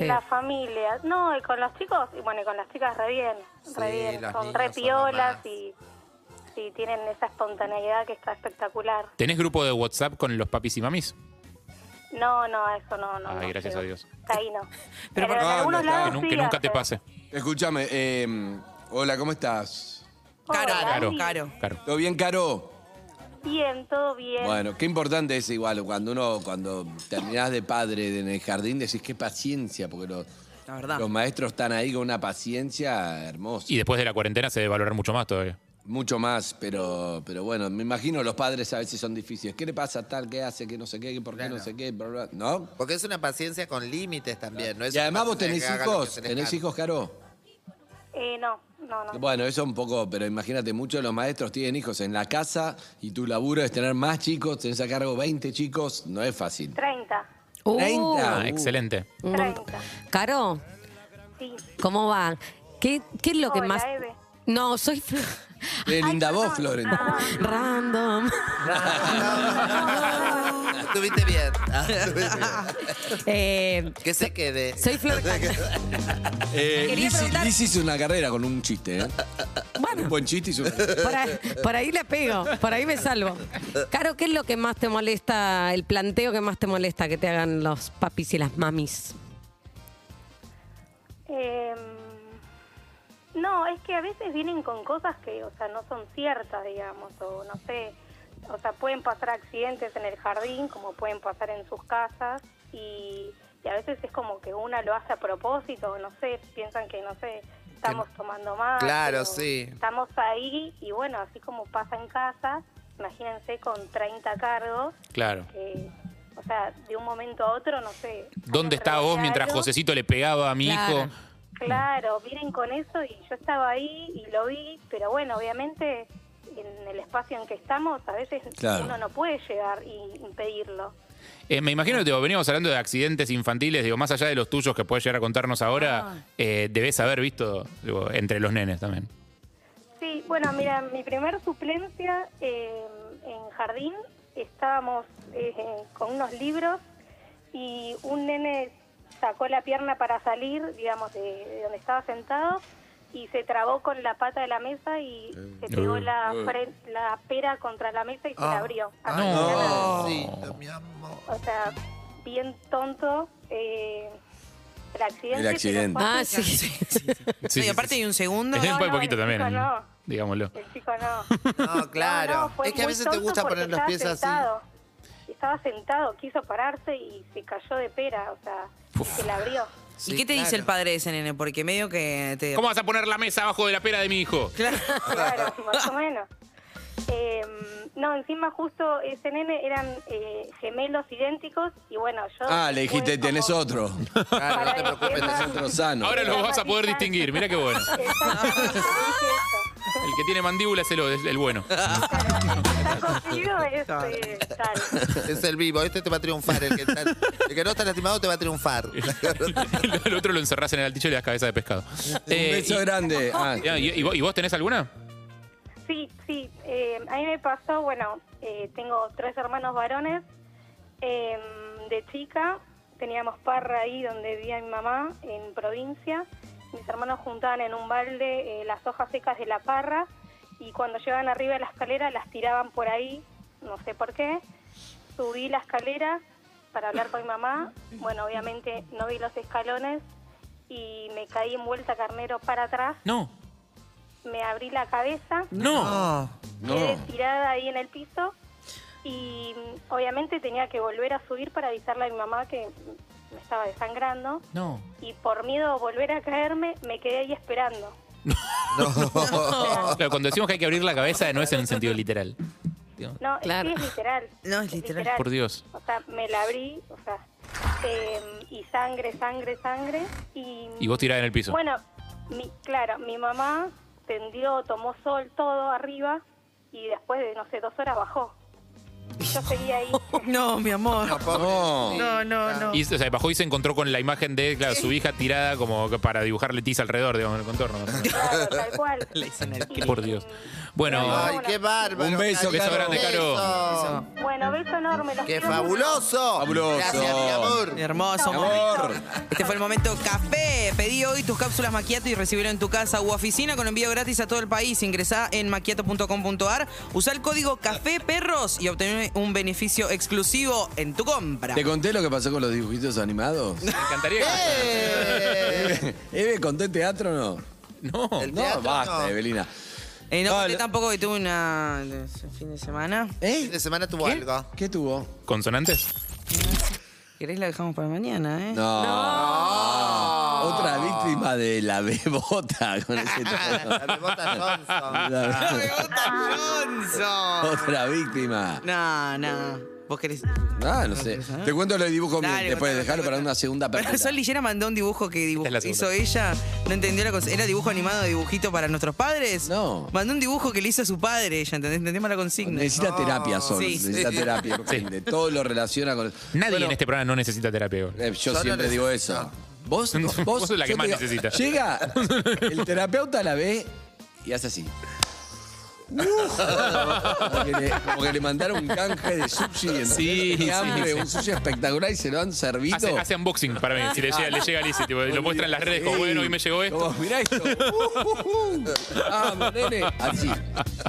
E: Las familias. No, y con los chicos, y bueno, y con las chicas re bien. Re
G: Sí,
E: bien.
G: los
E: Son
G: niños
E: re
G: son
E: piolas
G: nomás.
E: y, y tienen esa espontaneidad que está espectacular.
G: ¿Tenés grupo de WhatsApp con los papis y mamis?
E: No, no, eso no, no.
H: Ah,
G: Ay,
E: no,
G: gracias a Dios.
E: Ahí no.
G: Pero
E: Pero, en algunos lados sí hace.
G: pase.
L: Escúchame, eh, hola, ¿cómo estás?
E: Caro, Hola, Caro, Andy.
L: Caro, ¿Todo bien, Caro?
E: Bien, todo bien.
L: Bueno, qué importante es igual, cuando uno, cuando terminás de padre en el jardín, decís qué paciencia, porque los, los maestros están ahí con una paciencia hermosa.
G: Y después de la cuarentena se debe valorar mucho más todavía.
L: Mucho más, pero, pero bueno, me imagino los padres a veces son difíciles. ¿Qué le pasa a tal? ¿Qué hace? ¿Qué no sé qué? ¿Por qué no sé qué? Bla, bla, ¿No?
H: Porque es una paciencia con límites también. No es
L: Y además vos tenés
H: que haga lo que
L: hijos,
H: se les
L: tenés
H: canta.
L: hijos, Caro.
E: Eh, no, no, no.
L: Bueno, eso un poco, pero imagínate, muchos de los maestros tienen hijos en la casa y tu laburo es tener más chicos, tenés a cargo 20 chicos, no es fácil.
E: 30.
G: Ah,
L: Uh.
G: excelente.
K: Un mon- Caro, ¿cómo va? ¿Qué, qué es lo que
E: Hola,
K: más...?
E: Eve.
K: No, soy... Fl-
L: Qué linda voz, Floren.
K: Random. Ah.
H: Estuviste bien. Ah, estuviste bien.
K: Eh,
H: que se quede.
K: soy Flor
L: Eh,
K: Quería
L: Liz-
K: preguntar-
L: Liz hizo una carrera con un chiste, ¿eh? Un buen chiste hizo.
K: por, ahí, por ahí le pego, por ahí me salvo. Caro, ¿qué es lo que más te molesta, el planteo que más te molesta que te hagan los papis y las mamis?
E: Eh, no, es que a veces vienen con cosas que, o sea, no son ciertas, digamos, o no sé. O sea, pueden pasar accidentes en el jardín, como pueden pasar en sus casas, y, y a veces es como que una lo hace a propósito, o no sé, piensan que, no sé, estamos tomando más.
H: Claro, sí.
E: Estamos ahí, y bueno, así como pasa en casa, imagínense con 30 cargos,
G: Claro.
E: que, Eh, o sea, de un momento a otro, no sé,
G: ¿Dónde estabas vos mientras
E: algo?
G: Josecito le pegaba a mi
E: Claro.
G: hijo?
E: Claro, vienen con eso y yo estaba ahí y lo vi, pero bueno, obviamente en el espacio en que estamos a veces
G: Claro.
E: uno no puede llegar y impedirlo.
G: Eh, me imagino que te veníamos hablando de accidentes infantiles, digo, más allá de los tuyos que puedes llegar a contarnos
E: Ah.
G: ahora, eh, debes haber visto digo, entre los nenes también.
E: Sí, bueno, mira, mi primer suplencia eh, en jardín estábamos eh, con unos libros y un nene sacó la pierna para salir, digamos, de, de donde estaba sentado y se trabó con la pata de la mesa y se pegó
H: Uh,
E: la,
H: uh.
E: fre- la pera contra la mesa y se la
H: Ah.
E: abrió.
H: Ay,
E: Así,
H: no.
E: O sea, bien tonto eh, el accidente.
G: El accidente.
E: pero fue-
K: Ah, sí, sí.
G: Sí,
F: y
G: sí,
F: aparte hay un segundo.
G: Es un poquito también, ¿eh?
E: chico no.
G: digámoslo.
E: El chico no.
H: No, claro.
E: No, no, fue
H: es que a
E: muy
H: veces te
E: tonto
H: gusta
E: porque
H: poner los
E: estaba
H: pies
E: sentado. Estaba sentado, quiso pararse y se cayó de pera, o sea, se la abrió.
F: ¿Y qué te dice el padre de ese nene? Porque medio que te.
G: ¿Cómo vas a poner la mesa abajo de la pera de mi hijo?
E: Claro, más o menos. Em, no, encima justo ese nene eran eh, gemelos idénticos y bueno, yo...
L: Ah, le dijiste, tenés otro.
H: Claro,
L: no te preocupes, tenés otro sano.
G: Ahora los vas a poder distinguir, mira qué bueno. El que tiene mandíbula es el, es el bueno.
E: Contigo
I: este,
E: es, eh, tal.
H: así. Es el vivo, este te va a triunfar. El que, está- el que no está lastimado te va a triunfar.
G: El otro lo encerrás en el altillo y le das cabeza de pescado. Un
L: beso grande. Ah.
G: y, y vos, y vos tenés alguna?
E: Sí, sí. eh, a mí me pasó, bueno, eh, tengo tres hermanos varones. eh, de chica teníamos parra ahí donde vivía mi mamá, en provincia. Mis hermanos juntaban en un balde eh, las hojas secas de la parra y cuando llegaban arriba de la escalera las tiraban por ahí, no sé por qué. Subí la escalera para hablar con mi mamá. Bueno, obviamente no vi los escalones y me caí en vuelta carnero para atrás.
G: No.
E: Me abrí la cabeza
G: No.
E: quedé tirada ahí en el piso y mm, obviamente tenía que volver a subir para avisarle a mi mamá que mm, me estaba desangrando
G: No.
E: y por miedo a volver a caerme me quedé ahí esperando.
G: Claro, cuando decimos que hay que abrir la cabeza, no es en un sentido literal.
E: No, es que es literal.
F: No, es
E: literal.
G: Por Dios.
E: O sea, me la abrí, o sea, eh, y sangre, sangre, sangre y...
G: Y vos tirada en el piso.
E: Bueno, mi, claro, mi mamá tendió, tomó sol todo arriba y después de, no sé, dos horas bajó. Y yo seguía ahí.
F: No, mi amor.
G: No.
F: No, no, no.
G: Y, o sea, bajó y se encontró con la imagen de claro, su hija tirada como que para dibujarle tiza alrededor, digamos, en el contorno.
E: Claro, tal cual.
G: Por Dios. Bueno,
H: Ay, qué bárbaro.
G: un beso, beso grande, Caro.
H: Caro.
E: Bueno, beso enorme. Los
H: ¡Qué
E: quiero mucho.
H: fabuloso!
G: Fabuloso.
H: Oh, Gracias, mi amor.
F: Hermoso
H: Mi
F: momento. Este fue el momento café. Pedí hoy tus cápsulas maquiato y recibieron en tu casa u oficina con envío gratis a todo el país. Ingresá en maquiato.com.ar, usá el código café perros y obtener un beneficio exclusivo en tu compra.
L: ¿Te conté lo que pasó con los dibujitos animados?
G: Me encantaría.
H: Eh.
L: ¿Eve conté teatro o no?
G: Eh, No.
F: El
L: No,
F: teatro
L: basta,
F: no.
L: Evelina.
F: Eh, no,
L: No,
F: conté
L: lo-
F: tampoco que tuve una el fin de semana.
L: ¿Eh?
H: De semana tuvo algo.
L: ¿Qué tuvo?
G: ¿Consonantes?
F: ¿Querés la dejamos para mañana, eh?
L: No. Otra víctima de Eh, la bebota con ese tono.
H: La bebota Johnson.
L: La-
F: Johnson.
L: Otra víctima.
F: No, no. Vos querés.
L: Ah, no sé. Te cuento los dibujos
F: Dale,
L: mientras- después,
F: contame,
L: dejarlo para una segunda
F: Pero
L: persona.
F: Sol Lillera mandó un dibujo que dibu-
L: es la segunda.
F: hizo ella. No entendió la cosa. ¿Era dibujo animado, dibujito para nuestros padres?
L: No.
F: Mandó un dibujo que le hizo a su padre ella, ¿entendés? Entendemos la consigna.
L: Necesita terapia, Sol.
F: Sí.
L: Necesita terapia. urgente. Todo lo relaciona con.
G: Nadie en este programa no necesita terapia.
L: Eh, yo
G: Yo no
L: siempre
G: necesito.
L: digo eso. Vos, vos,
G: Vos sos la
L: yo
G: que
L: te digo,
G: más necesita.
L: Llega, el terapeuta la ve y hace así. Como que le, como que le mandaron un canje de sushi. ¿entendés?
G: Sí,
L: Tenía
G: sí,
L: hambre,
G: sí.
L: Un sushi espectacular y se lo han servido.
G: Hace, hace unboxing para mí. Si le llega, le llega a Lizzie, tipo, lo muestra en las redes como,
L: Sí.
G: bueno, hoy me llegó esto.
L: Como, mirá esto. Uh, uh, uh. Ah, nene. Así.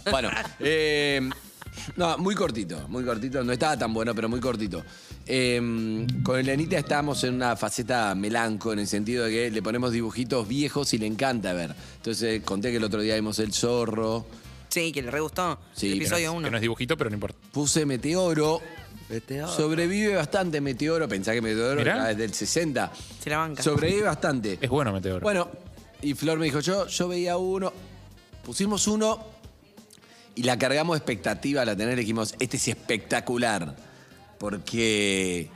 L: Bueno, eh, no, muy cortito, muy cortito. No estaba tan bueno, pero muy cortito. Eh, con Elenita estábamos en una faceta melanco, en el sentido de que le ponemos dibujitos viejos y le encanta ver. Entonces eh, conté que el otro día vimos El Zorro,
F: Sí, que le re gustó.
L: Sí,
F: el
L: que
F: episodio
L: no-
F: 1.
G: Que no es dibujito, pero no importa.
L: puse Meteoro. Sobrevive bastante Meteoro, pensá que Meteoro
G: Mirá.
L: era desde el 60.
F: Se la banca.
L: Sobrevive bastante.
G: Es bueno Meteoro.
L: Bueno, y Flor me dijo, yo, yo veía uno, pusimos uno y la cargamos de expectativa, la tener, dijimos, este es espectacular, porque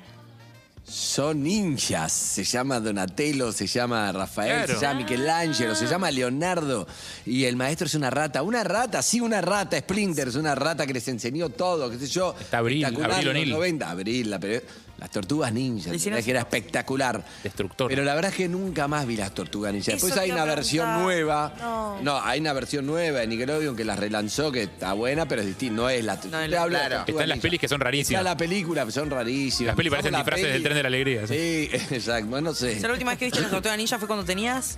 L: son ninjas, se llama Donatello, se llama Rafael,
G: Claro.
L: se llama Michelangelo, se llama Leonardo, y el maestro es una rata, una rata, sí, una rata, Splinter, es una rata que les enseñó todo, qué sé yo.
G: Está Abril,
L: espectacular,
G: Abril
L: los
G: O'Neil.
L: 90, Abril, la peri- las tortugas ninjas,
F: Le hicieron-
L: que era espectacular.
G: Destructor.
L: Pero la verdad es que nunca más vi las tortugas ninjas.
C: Eso
L: Después
C: te
L: hay
C: iba a
L: una versión
C: preguntar.
L: nueva.
C: No.
L: No, hay una versión nueva de Nickelodeon que las relanzó, que está buena, pero es distinta. No es la. usted
F: No es la-
L: habla de
F: claro.
L: Tortugas
G: Están las
L: Ninja.
G: pelis que son
L: Está
G: rarísimas.
L: la película, pero son rarísimas.
G: Las pelis
L: Empezamos
G: parecen
L: la
G: disfraces
L: peli-
G: del tren de la alegría. ¿sí?
L: Sí, exacto. No sé.
F: ¿Sabes la última vez que viste la tortuga ninja fue cuando tenías?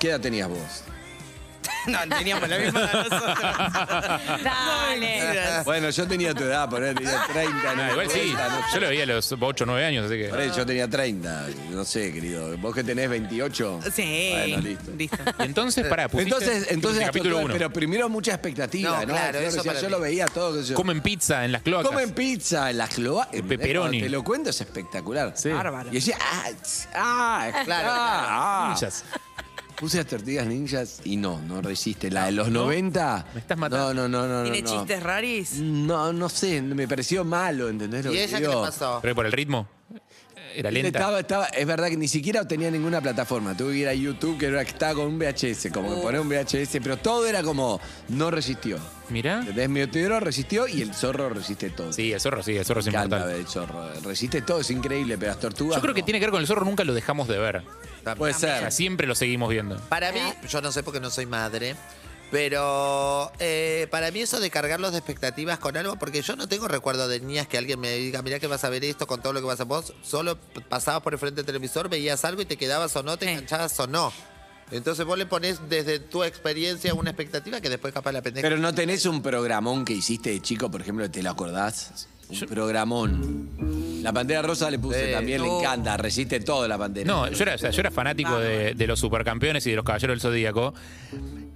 L: ¿Qué edad tenías vos?
F: no, teníamos la misma edad nosotros.
C: Dale.
L: Bueno, yo tenía tu edad, por ahí tenía 30.
G: Ah,
L: no,
G: igual sí.
L: 40, no sé.
G: Yo lo veía a los 8 o 9 años, así
L: Por
G: que.
L: ahí yo tenía 30. No sé, querido. ¿Vos que tenés 28?
F: Sí.
L: Bueno, listo.
G: Y entonces, pará, pusiste,
L: Entonces,
G: ¿qué
L: entonces
G: pusiste?
L: las
G: capítulo
L: tortugas,
G: 1.
L: pero primero mucha expectativa,
H: No,
L: ¿no?
H: claro,
L: Flor
H: eso
L: decía,
H: para
L: yo
H: mí.
L: lo veía todo. qué sé yo.
G: Comen pizza en las cloacas.
L: Comen pizza en las cloacas.
G: Pepperoni.
L: Te lo cuento, es espectacular.
G: Sí.
F: Bárbaro.
L: Y decía, ah, tss, ah,
H: Claro,
L: ah, ah.
G: Ninjas.
L: Puse las tortillas ninjas y no, no resiste. La de los 90.
G: Me estás matando.
L: No, no, no, no.
F: ¿Tiene
L: no, no.
F: chistes raris?
L: No, no sé, me pareció malo, ¿entendés lo
H: ¿Y
L: que
H: ella qué
L: digo?
H: le pasó?
G: Pero por el ritmo. eh, Era lenta.
L: Estaba, estaba, es verdad que ni siquiera tenía ninguna plataforma. Tuve que ir a YouTube, que era que estaba con un VHS, como que poner un VHS, pero todo era como, no resistió.
G: Mirá.
L: ¿Entendés? Meteoro resistió y el zorro resiste todo.
G: Sí, el zorro, sí, el zorro
L: Me
G: es
L: encanta
G: inmortal.
L: ver el zorro. Resiste todo, es increíble, pero las tortugas.
G: Yo creo que tiene que ver con el zorro, nunca lo dejamos de ver.
L: tiene. Puede
G: O sea,
L: ser.
G: siempre lo seguimos viendo.
H: Para mí, yo no sé porque no soy madre, pero eh, para mí eso de cargarlos de expectativas con algo, porque yo no tengo recuerdo de niñas que alguien me diga, mirá que vas a ver esto con todo lo que vas a vos, solo p- pasabas por el frente del televisor, veías algo y te quedabas o no, te enganchabas o no. Entonces vos le pones desde tu experiencia una expectativa que después capaz la pendeja.
L: Pero no tenés un programón que hiciste de chico, por ejemplo, ¿te lo acordás? Un programón. La pantera rosa le puse
H: Sí.
L: también,
F: No.
L: le encanta, resiste todo la pantera.
G: No, yo era, o sea, yo era fanático de, de los supercampeones y de los caballeros del zodíaco.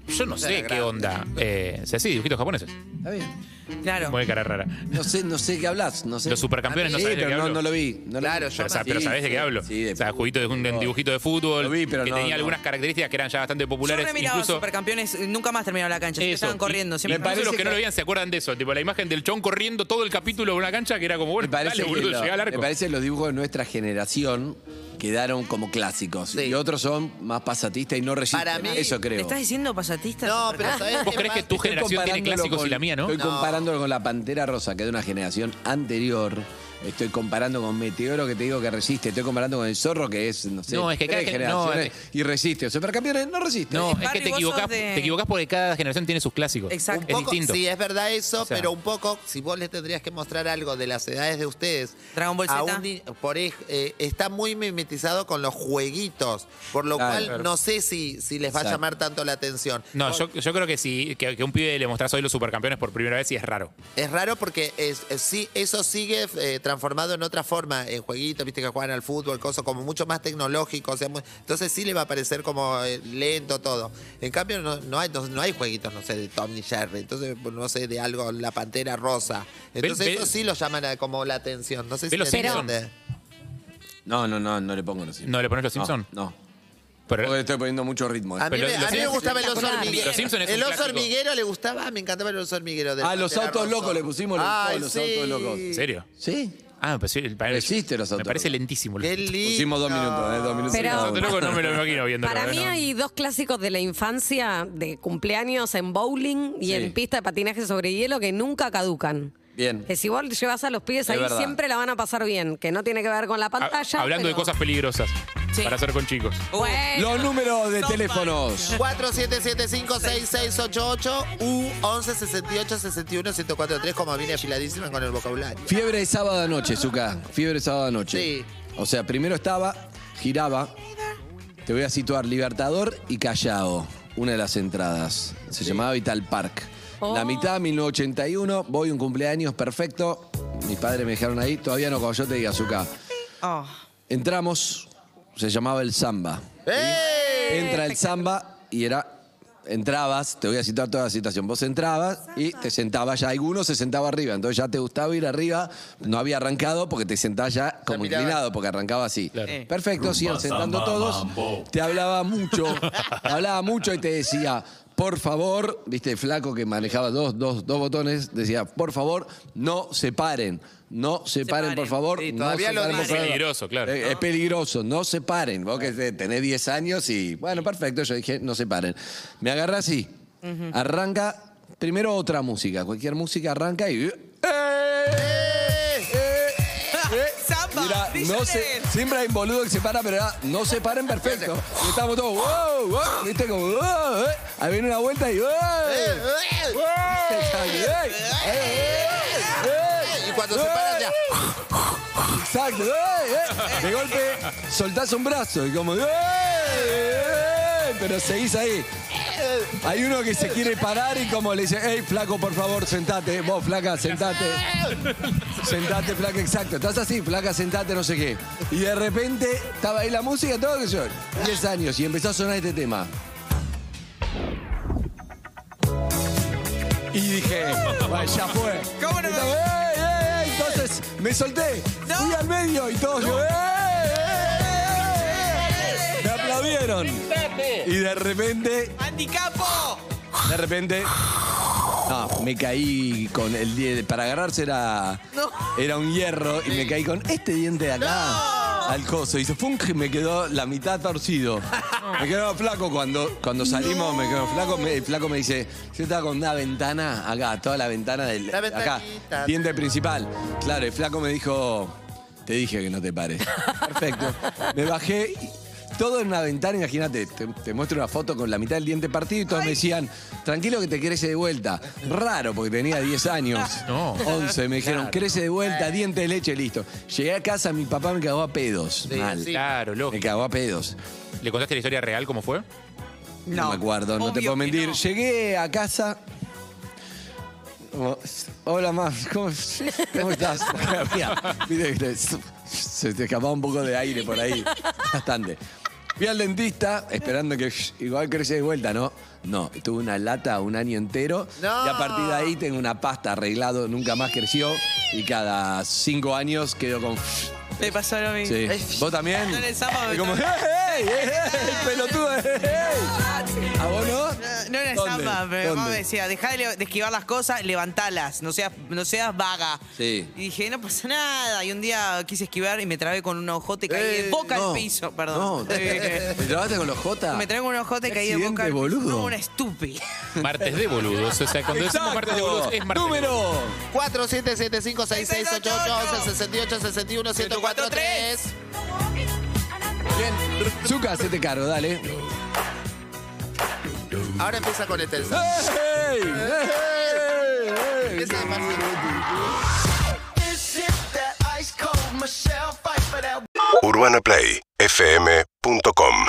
G: Yo no sé qué onda. Eh, o sea, sí, dibujitos japoneses.
L: Está bien.
F: Claro.
G: Muy cara rara.
L: No sé, no sé qué hablas. No sé.
G: Los supercampeones no
L: Sí,
G: saben de
L: pero
G: qué
L: no,
G: hablo.
L: no lo vi. no lo
H: Claro,
L: vi.
H: yo
G: Pero, sa- pero
L: Sí,
G: ¿sabés de qué
L: sí,
G: hablo?
L: sí, de-
G: o sea, juguito de un, un dibujito de fútbol
L: Lo vi, pero
G: que
L: no,
G: tenía
L: no.
G: algunas características que eran ya bastante
F: Yo
G: populares.
F: re miraba
G: incluso
F: supercampeones, eh, nunca más terminaron la cancha, siempre
G: eso.
F: estaban corriendo.
G: Y-
F: Siempre
L: Me
G: incluso
L: parece
G: los que, no
L: que-
G: lo veían se acuerdan de eso. Tipo la imagen del chon corriendo todo el capítulo de una cancha que era como,
L: Me
G: bueno,
L: parece,
G: dale, boludo,
L: que lo-
G: llegá al arco.
L: me parece que los dibujos de nuestra generación quedaron como clásicos.
H: Sí.
L: Y otros son más pasatistas y no resisten.
H: Para mí-
L: Eso
F: ¿Le
L: creo.
F: estás diciendo pasatista?
H: No, pero ¿sabés
G: ¿Vos
H: qué
G: crees que
H: más?
G: tu
L: Estoy
G: generación tiene
L: comparándolo
G: clásicos y
L: con-
G: la mía, no?
L: Estoy
H: No.
L: comparándolo con la Pantera Rosa, que es de una generación anterior, estoy comparando con Meteoro que te digo que resiste, estoy comparando con el zorro que es, no sé,
G: No, es que
L: tres
G: cada que- no,
L: generaciones
G: es
L: y resiste. O sea, Supercampeones no resiste.
G: No, es que te equivocás, te equivocás porque cada generación tiene sus clásicos.
H: Un
G: Es
H: poco,
G: distinto.
H: sí, es verdad eso,
G: O sea.
H: pero un poco, si vos les tendrías que mostrar algo de las edades de ustedes. Dragon
F: Ball Z.
H: por, ej- eh, está muy mimetizado con los jueguitos, por lo
G: Claro.
H: cual
G: Claro.
H: no sé si, si les va a
G: Exacto.
H: llamar tanto la atención.
G: No, yo, yo creo que sí, que, que un pibe le mostrás hoy los supercampeones por primera vez y es raro.
H: Es raro porque es, es- sí, eso sigue eh, transformado en otra forma, en jueguitos, viste que juegan al fútbol, cosas como mucho más tecnológico. o sea, muy- entonces sí le va a parecer como eh, lento todo. En cambio, no, no hay, no, no hay jueguitos, no sé, de Tom ni Jerry, entonces pues, no sé, de algo, la pantera rosa. Entonces
L: Ve- ve-
H: eso sí lo llama la- como la atención. No sé si
L: Ve los
H: me
L: Simpson.
H: entiende.
L: No, no, no, no le pongo los Simpsons.
G: ¿No le pones los Simpsons?
L: No. Porque le estoy poniendo mucho ritmo.
H: A mí,
L: Pero
H: me,
L: los
H: a mí me
L: Simpsons-
H: gustaba el oso
L: Espectacular.
H: hormiguero.
L: Los Simpsons es
H: el
L: un
H: oso
L: clásico.
H: hormiguero le gustaba, me encantaba el oso hormiguero. de
L: Ah, los
H: Pantera
L: autos
H: Rosa.
L: locos le pusimos los,
H: Ay,
L: los
H: sí.
L: autos locos.
G: ¿En serio?
L: Sí.
G: Ah, pues sí, el Existe los Me parece lentísimo.
H: Qué lindo.
L: Pusimos dos minutos, eh, dos minutos.
K: Pero-
L: cada
G: Los
L: uno.
G: Autolocos no me lo imagino viendo.
K: Para mí hay dos clásicos de la infancia, de cumpleaños en bowling y
L: Sí.
K: en pista de patinaje sobre hielo que nunca caducan.
L: Bien.
K: Que si vos llevas a los pibes
G: Es
K: ahí
G: verdad.
K: siempre la van a pasar bien, que no tiene que ver con la pantalla.
G: Ah, Hablando de
K: pero-
G: cosas peligrosas
K: Sí. Eh,
G: para hacer con chicos.
K: Bueno.
L: Los números de teléfonos.
H: 47756688 u 1168-61-1043, como viene afiladísima con el vocabulario.
L: Fiebre de sábado anoche, Zuka. Fiebre de sábado anoche.
H: Sí.
L: O sea, primero estaba, giraba. Te voy a situar Libertador y Callao. Una de las entradas. Se llamaba Vital Park. La mitad, 1981. Voy un cumpleaños perfecto. Mis padres me dejaron ahí. Todavía no, cuando yo te diga, Zuka.
F: Oh.
L: Entramos. Se llamaba el Samba. Entra el samba y era. Entrabas, te voy a citar toda la situación. Vos entrabas y te sentabas ya. Algunos se sentaba arriba, entonces ya te gustaba ir arriba. No había arrancado porque te sentabas ya como
H: mirabas.
L: inclinado, porque arrancaba así. Perfecto, sigan
N: Rumba,
L: sentando
N: samba,
L: todos.
N: mambo.
L: Te hablaba mucho, te hablaba mucho y te decía, por favor, viste, el flaco que manejaba dos, dos, dos botones, decía, por favor, no se paren. No se paren, por favor. no
H: todavía
L: se
H: lo
L: paren, por
H: dice.
L: favor".
G: Peligroso, claro.
L: Eh, Es peligroso, no se paren. Vos que te- tenés 10 años y, bueno, perfecto, yo dije, no se paren. Me agarra así, arranca, primero otra música, cualquier música arranca y... ¡Eh! ¡Eh!
F: Samba,
L: Mirá, no se, siempre hay un boludo que se para, pero ah, no se paren perfecto. Y estamos todos, wow, wow, viste como, wow, eh. ahí viene una vuelta y, wow, wow, eh, eh, eh.
H: Y cuando se paran ya.
L: Exacto, eh, eh. de golpe soltás un brazo y como, eh, eh, pero seguís ahí. Hay uno que se quiere parar y como le dice, hey, flaco, por favor, sentate. Vos, flaca, sentate. Sentate, flaca, exacto. Estás así, flaca, sentate, no sé qué. Y de repente estaba ahí la música, todo que yo. 10 años y empezó a sonar este tema. Y dije, "Bueno, ya fue. ¿Cómo no? Entonces me solté, fui al medio y todos yo, "Eh, eh, eh". me aplaudieron. Y de repente
F: ¡Anticapo!
L: de repente. No, me caí con el diente. Para agarrarse era.
F: No.
L: Era un hierro y me caí con este diente de acá. Al coso. Y se fue un que me quedó la mitad torcido. Me quedó flaco cuando, cuando salimos, me quedó flaco. Me- el flaco me dice, yo estaba con una ventana acá, toda la ventana del.
H: La
L: acá,
H: ventanita.
L: diente principal. Claro, el flaco me dijo, te dije que no te pares. Perfecto. Me bajé y- todo en una ventana, imagínate, te, te muestro una foto con la mitad del diente partido y todos me decían, tranquilo que te crece de vuelta. Raro, porque tenía 10 años.
G: No.
L: 11, me dijeron,
G: Claro.
L: crece de vuelta, diente de leche, listo. Llegué a casa, mi papá me cagó a pedos. mal.
G: Claro, loco. Me
L: cagó a pedos.
G: ¿Le contaste la historia real cómo fue?
L: No, me acuerdo, no te puedo mentir. Llegué a casa. como, Hola, mam, ¿cómo, cómo estás? Mira, viste que te- se te escapaba un poco de aire por ahí. Bastante. Fui al dentista esperando que igual crece de vuelta, ¿no? No, tuve una lata un año entero
H: No.
L: y a partir de ahí tengo una pasta arreglado, nunca más creció y cada cinco años quedo con
F: Le pasó lo mismo.
L: Sí. ¿Vos también?
F: Yo en el sábado-
L: Es como, ¡hey, hey, hey, hey, pelotudo! hey, hey! ¿A vos no?
F: No era
L: ¿Dónde?
F: zapa, pero mamá
L: ¿Dónde?
F: me decía, dejá de, le- de esquivar las cosas, levantalas, no seas, no seas vaga.
L: Sí.
F: Y dije, no pasa nada. Y un día quise esquivar y me trabé con un ojote y caí de boca
L: Eh, no.
F: al piso.
L: No,
F: Perdón.
L: ¿te trabaste con los J?
F: me trabé con un ojote y
L: Qué
F: caí de boca al
L: accidente,
F: piso.
L: boludo.
F: No, una estúpida.
G: Martes de boludos. O sea, cuando decimos
L: Exacto.
G: martes de boludos es martes. de
L: Número.
G: boludos.
H: 4775 68 61 1043
L: Zuka, hacete cargo, dale.
H: Ahora empieza con este. Empieza despacito.
A: UrbanaPlayFM.com